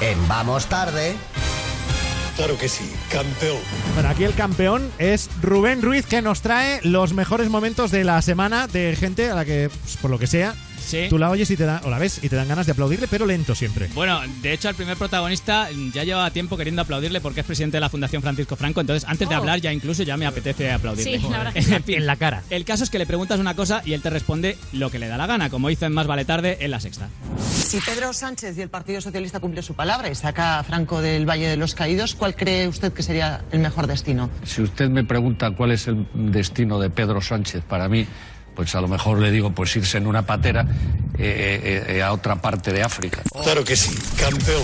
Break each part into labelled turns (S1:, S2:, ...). S1: en Vamos Tarde.
S2: Claro que sí, campeón.
S3: Bueno, aquí el campeón es Rubén Ruiz que nos trae los mejores momentos de la semana de gente a la que, pues, por lo que sea,
S4: Sí.
S3: tú la oyes y te da, o la ves y te dan ganas de aplaudirle, pero lento siempre.
S4: Bueno, de hecho, al primer protagonista ya llevaba tiempo queriendo aplaudirle porque es presidente de la Fundación Francisco Franco. Entonces, antes de
S5: Oh.
S4: hablar, ya incluso ya me apetece aplaudirle.
S5: Sí, la verdad que
S4: en fin,
S6: En la cara.
S4: el caso es que le preguntas una cosa y él te responde lo que le da la gana, como hizo en Más Vale Tarde en la sexta.
S7: Si Pedro Sánchez y el Partido Socialista cumple su palabra y saca a Franco del Valle de los Caídos, ¿cuál cree usted que sería el mejor destino?
S8: Si usted me pregunta cuál es el destino de Pedro Sánchez para mí, pues a lo mejor le digo, pues irse en una patera eh, eh, eh, a otra parte de África.
S2: Claro que sí, campeón.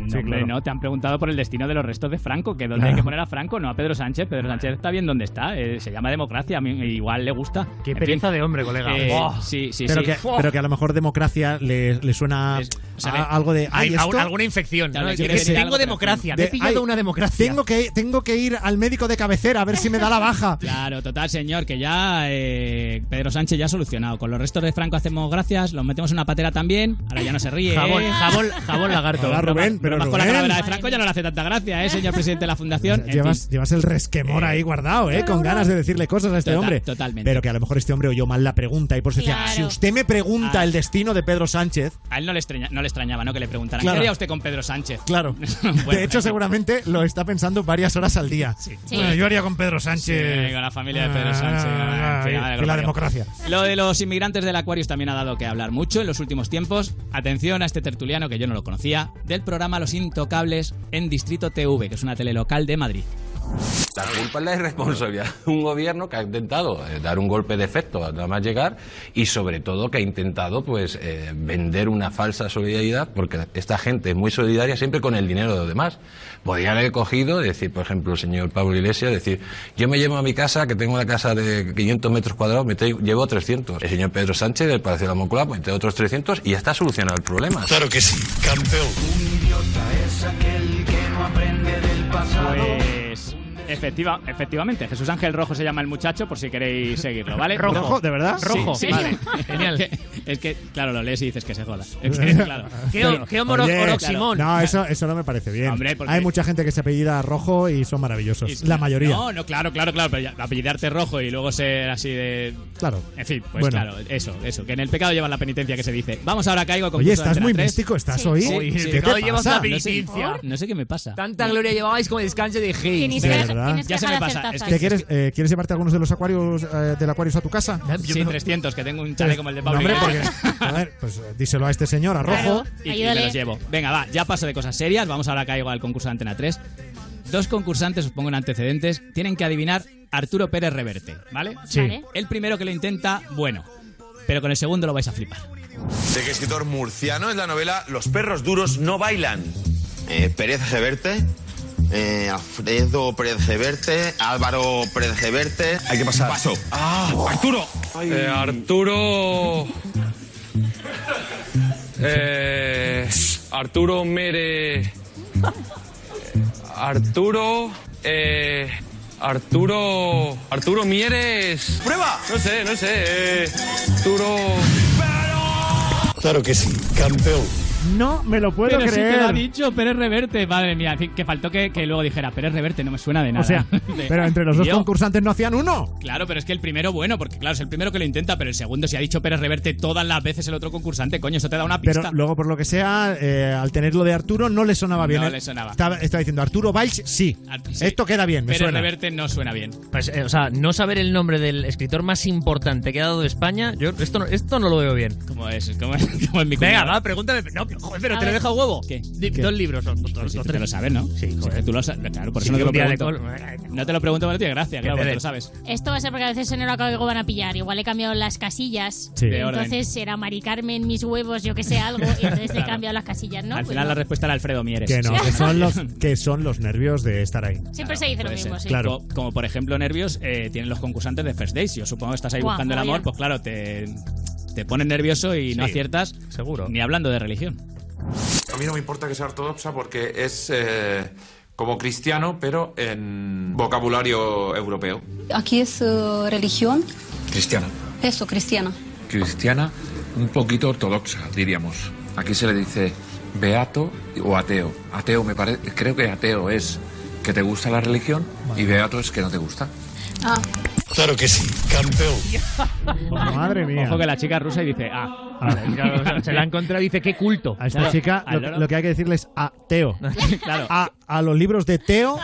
S4: No, hombre,
S3: claro.
S4: no, te han preguntado por el destino de los restos de Franco, que dónde hay
S6: Ah.
S4: que poner a Franco, no a Pedro Sánchez. Pedro Sánchez está bien donde está, eh, se llama democracia, a mí igual le gusta.
S6: Qué
S4: En fin,
S6: pereza de hombre, colega.
S4: eh,
S6: Buah.
S4: sí, sí,
S3: pero,
S4: sí.
S3: que, pero que a lo mejor democracia le, le suena
S4: Es- o sea,
S3: a-
S4: le-
S3: algo de. "Ay,
S6: Hay
S3: esto-
S6: au- alguna infección.
S4: Claro,
S6: ¿no?
S4: yo
S6: Yo
S4: creo
S6: que
S4: que
S6: tengo
S4: algo
S6: democracia. Me he
S3: de-
S6: pillado
S3: "Ay,
S6: una democracia.
S3: Tengo que, tengo que ir al médico de cabecera a ver si me da la baja.
S4: Claro, total, señor, que ya eh, Pedro Sánchez ya ha solucionado. Con los restos de Franco hacemos gracias, los metemos en una patera también. Ahora ya no se ríe.
S6: Jabón,
S4: ¿eh?
S6: jabón, jabón lagarto.
S3: Hola,
S4: Bromas-
S3: Rubén, pero
S4: bromas con la
S3: Rubén.
S4: calavera de Franco ya no le hace tanta gracia, ¿eh, señor presidente de la fundación? En
S3: Llevas,
S4: fin.
S3: llevas el resquemor ahí guardado, ¿eh? Con ganas de decirle cosas a este
S4: Total-
S3: hombre.
S4: totalmente.
S3: Pero que a lo mejor este hombre oyó mal la pregunta y por eso decía,
S5: Claro.
S3: si usted me pregunta
S4: Ah.
S3: el destino de Pedro Sáncez,
S4: A él no le, extraña- no le extrañaba, ¿no? Que le preguntaran,
S3: Claro.
S4: ¿qué haría usted con Pedro Sánchez?
S3: claro.
S4: Bueno,
S3: de hecho, seguramente lo está pensando varias horas al día.
S5: Sí.
S3: Bueno, yo haría con Pedro Sánchez.
S4: Sí, con la familia de Pedro Sánchez.
S3: Ah,
S4: En fin,
S3: y-
S4: madre
S3: y
S4: que lo
S3: la
S4: parió.
S3: democracia.
S4: Lo de los inmigrantes del Aquarius también ha dado que hablar mucho en los últimos tiempos. Atención a este tertuliano que yo no lo conocía, del programa Los Intocables en Distrito TV, que es una tele local de Madrid.
S9: La culpa es la irresponsabilidad de un gobierno que ha intentado eh, dar un golpe de efecto a nada más llegar y sobre todo que ha intentado pues eh, vender una falsa solidaridad porque esta gente es muy solidaria siempre con el dinero de los demás. Podrían haber cogido, decir, por ejemplo, el señor Pablo Iglesias, decir, yo me llevo a mi casa, que tengo una casa de 500 metros cuadrados, me traigo- llevo 300. El señor Pedro Sánchez del Palacio de la Moncloa, pues entre otros 300 y ya está solucionado el problema.
S2: Claro que sí, campeón.
S4: Pues efectiva, efectivamente, Jesús Ángel Rojo se llama el muchacho por si queréis seguirlo, ¿vale?
S6: Rojo.
S3: ¿Rojo? ¿De verdad?
S4: Sí,
S6: Rojo.
S4: sí.
S6: Vale. Genial.
S4: Es que- Es que, claro, lo lees y dices que se joda. Es que, claro.
S6: Qué, o- qué homo-
S3: Oye,
S6: oroximón.
S3: No, eso, eso no me parece bien.
S4: Hombre, porque-
S3: Hay mucha gente que se apellida rojo y son maravillosos.
S4: Es-
S3: la mayoría.
S4: No, no, claro, claro, claro. Pero ya, apellidarte rojo y luego ser así de.
S3: Claro.
S4: En fin, pues
S3: Bueno.
S4: claro, eso, eso. Que en el pecado llevan la penitencia que se dice. Vamos ahora, caigo con
S3: Oye, estás muy místico, estás
S5: Sí.
S3: hoy.
S4: Sí,
S6: Oye,
S3: ¿Qué
S4: sí,
S3: te
S6: no llevas
S3: pasa?
S6: una
S4: No sé,
S6: penitencia.
S4: no sé qué me pasa.
S6: Tanta gloria llevabais como descanso de
S5: Que
S6: Hey.
S3: De
S5: ni siquiera
S3: verdad.
S5: tienes que
S4: Ya se
S5: dejar
S4: me
S5: de hacer
S4: pasa, es
S5: tazas.
S3: ¿Te quieres, eh, ¿Quieres llevarte algunos de los acuarios eh, del acuarios a tu casa?
S4: Sí, 300, que tengo un chale como el de
S3: No,
S4: Pablo.
S3: hombre, porque.
S4: Iglesias.
S3: A ver, pues eh, díselo a este señor, a rojo.
S5: Claro.
S4: y, y me
S5: Ayúdale.
S4: los llevo. Venga, va, ya paso de cosas serias. Vamos ahora caigo al concurso de Antena 3. Dos concursantes, os pongo en antecedentes, tienen que adivinar Arturo Pérez Reverte, ¿vale?
S5: Sí. Vale.
S4: El primero que lo intenta, bueno. Pero con el segundo lo vais a flipar.
S10: ¿De qué escritor murciano es la novela Los perros duros no bailan? Eh, Pérez Geverte, Alfredo Pérez Geverte, Álvaro Pérez Geverte. Hay que pasar. Paso. Arturo.
S9: Eh, Arturo. Eh, Arturo Mere. Eh, Arturo. eh, Arturo. Arturo Mieres.
S10: ¡Prueba!
S9: No sé, no sé. Arturo.
S2: Claro que sí, campeón.
S3: No me lo puedo
S4: Pero sí
S3: creer.
S4: que lo ha dicho Pérez Reverte, madre mía. que- Que faltó que, que luego dijera Pérez Reverte, no me suena de nada.
S3: o sea,
S4: De-
S3: pero entre los dos
S4: ¿eh? Yo-
S3: concursantes no hacían uno.
S4: Claro, pero es que el primero, bueno, porque claro, es el primero que lo intenta, pero el segundo, si ha dicho Pérez Reverte todas las veces el otro concursante, coño, eso te da una
S3: Pero
S4: pista.
S3: luego, por lo que sea, eh, al tener lo de Arturo, no le sonaba bien.
S4: No
S3: Eh,
S4: le sonaba.
S3: Estaba, estaba diciendo, Arturo Valls, sí.
S4: Ar- sí.
S3: Esto queda bien, me
S4: Pérez
S3: suena.
S4: Reverte no suena bien.
S6: Pues, eh, o sea, no saber el nombre del escritor más importante que ha dado España, yo esto no, esto no lo veo bien.
S4: Como es, como, como en mi
S6: Venga,
S4: cuñado.
S6: va, pregúntame. No, joder, pero
S5: A
S6: te lo
S5: ver.
S6: dejo a huevo.
S4: ¿Qué?
S6: Di- Dos libros. Dos, dos-
S4: Pues si
S6: dos-
S4: tú te lo
S6: tres.
S4: sabes, ¿no?
S6: Sí,
S4: Si es que
S6: joder.
S4: tú lo sabes. Claro, por
S6: Sí,
S4: eso no
S6: un
S4: te
S6: día
S4: lo
S6: de
S4: pregunto.
S6: col-
S4: No te lo pregunto, pero tiene gracia, claro, porque lo sabes.
S5: Esto va a ser porque a veces en el acabo van a pillar. Igual he cambiado las casillas.
S3: Sí.
S4: De orden.
S5: Entonces será Mari Carmen, mis huevos, yo que sé, algo. Y entonces le he
S4: Claro.
S5: cambiado las casillas, ¿no?
S4: Al
S5: Pues
S4: final
S5: no.
S4: la respuesta era Alfredo Mieres.
S3: Que no,
S4: Sí.
S3: que son, los, que son los nervios de estar ahí.
S4: Claro,
S5: Siempre se dice lo
S4: puede
S5: mismo,
S4: ser.
S5: sí.
S3: Claro.
S4: Como, como, por ejemplo nervios eh, tienen los concursantes de First Days. Yo supongo que estás ahí
S5: Buah,
S4: buscando el amor,
S5: mogollón.
S4: pues claro, te, te pones nervioso y no
S6: Sí,
S4: aciertas.
S6: seguro.
S4: Ni hablando de religión.
S9: A mí no me importa que sea ortodoxa porque es eh, como cristiano, pero en vocabulario europeo.
S7: Aquí es religión,
S9: Cristiano.
S7: eso, cristiana.
S9: cristiana, un poquito ortodoxa, diríamos. Aquí se le dice beato o ateo. Ateo me parece, creo que ateo es que te gusta la religión y beato es que no te gusta.
S2: Claro que sí, campeón.
S3: Madre mía.
S4: Ojo que la chica es rusa y dice, ah,
S6: Vale, ya, o sea, se la ha encontrado y dice, qué culto.
S3: A esta
S4: Claro,
S3: chica
S4: al
S3: lo,
S4: loro.
S3: lo que hay que decirle es a Teo.
S4: claro,
S3: A, a los libros de Teo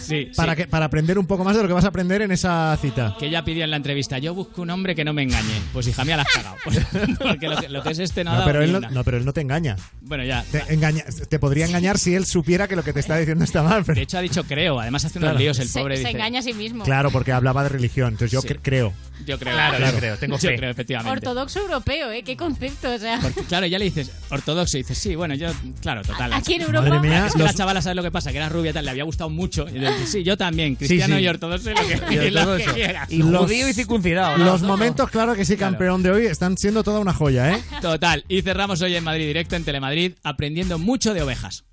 S4: sí,
S3: para,
S4: sí.
S3: que, para aprender un poco más de lo que vas a aprender en esa cita.
S4: Que ella pidió en la entrevista, yo busco un hombre que no me engañe. Pues hija mía, la has cagado. Porque lo que, lo que es este no ha
S3: No
S4: dado
S3: pero,
S4: ni
S3: él no,
S4: una.
S3: no, pero él no te engaña.
S4: Bueno, ya.
S3: Te, engaña. te podría engañar si él supiera que lo que te está diciendo está mal.
S4: De
S3: pero-
S4: hecho ha dicho creo, además hace unos líos el
S5: Se,
S4: pobre.
S5: se
S4: dice,
S5: engaña a sí mismo.
S3: Claro, porque hablaba de religión. Entonces yo
S4: Sí.
S3: cre- creo.
S4: Yo creo.
S6: Claro, yo creo, tengo
S4: Yo
S6: fe.
S4: creo, efectivamente.
S5: Ortodoxo europeo, ¿eh? Qué concepto, o sea.
S4: Porque, claro, ya le dices ortodoxo y dices, sí, bueno, yo, claro, total.
S5: Aquí en Europa.
S3: Madre mía,
S4: Es que
S3: los-
S4: la chavala sabe lo que pasa, que era rubia y tal, le había gustado mucho. Y le dice, sí, yo también, cristiano
S3: sí.
S4: y ortodoxo y lo que, y lo
S6: todo
S4: que
S6: eso.
S4: quieras.
S6: Y
S3: Los-
S6: judío y circuncidado. ¿no?
S3: Los momentos, claro que sí,
S4: Claro.
S3: campeón de hoy, están siendo toda una joya, ¿eh?
S4: Total, y cerramos hoy en Madrid Directo, en Telemadrid, aprendiendo mucho de ovejas.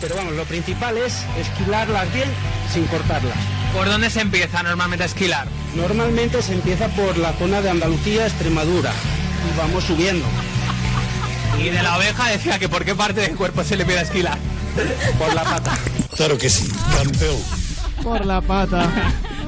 S1: Pero vamos, lo principal es esquilarlas bien sin cortarlas.
S6: ¿Por dónde se empieza normalmente a esquilar?
S1: Normalmente se empieza por la zona de Andalucía, Extremadura, y vamos subiendo.
S6: Y de la oveja decía que por qué parte del cuerpo se le pide esquilar.
S2: Claro que sí, campeón.
S3: Por la pata.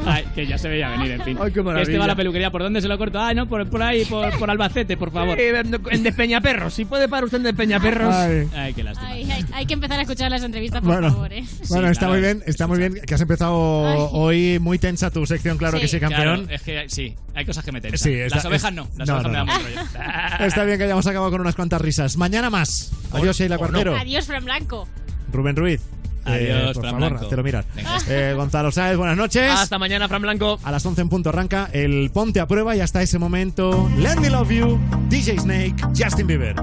S4: Ay, que ya se veía venir, en fin.
S6: Ay, qué
S4: Que Este
S6: maravilla.
S4: va a la peluquería, ¿por dónde se lo corto? Ah, no, por, por ahí, por, por Albacete, por favor.
S6: Eh, en Despeñaperros, si puede parar usted en Despeñaperros.
S3: Ay.
S4: Ay, qué lástima.
S5: Ay, hay, hay que empezar a escuchar las entrevistas, por
S3: Bueno,
S5: favor, ¿eh?
S3: bueno, está
S4: claro,
S3: muy bien, está muy bien que has empezado
S5: Ay.
S3: hoy muy tensa tu sección, claro
S5: Sí.
S3: que sí, campeón.
S4: Claro, es que sí, hay cosas que meter.
S3: Sí, está-
S4: las ovejas
S3: es-
S4: no, las
S3: no, no,
S4: ovejas me dan
S3: no.
S4: muy rollo.
S3: Está bien que hayamos acabado con unas cuantas risas. Mañana más. Adiós, Sheila Cuartero.
S5: Adiós, Fran Blanco.
S3: Rubén Ruiz. Eh,
S4: Adiós,
S3: por
S4: Fran
S3: favor,
S4: Blanco.
S3: hazlo mirar.
S4: Venga.
S3: Eh, Gonzalo Sáez, buenas noches.
S6: Hasta mañana, Fran Blanco.
S3: A las 11 en punto arranca el Ponte a Prueba y hasta ese momento, Let Me Love You, DJ Snake, Justin Bieber.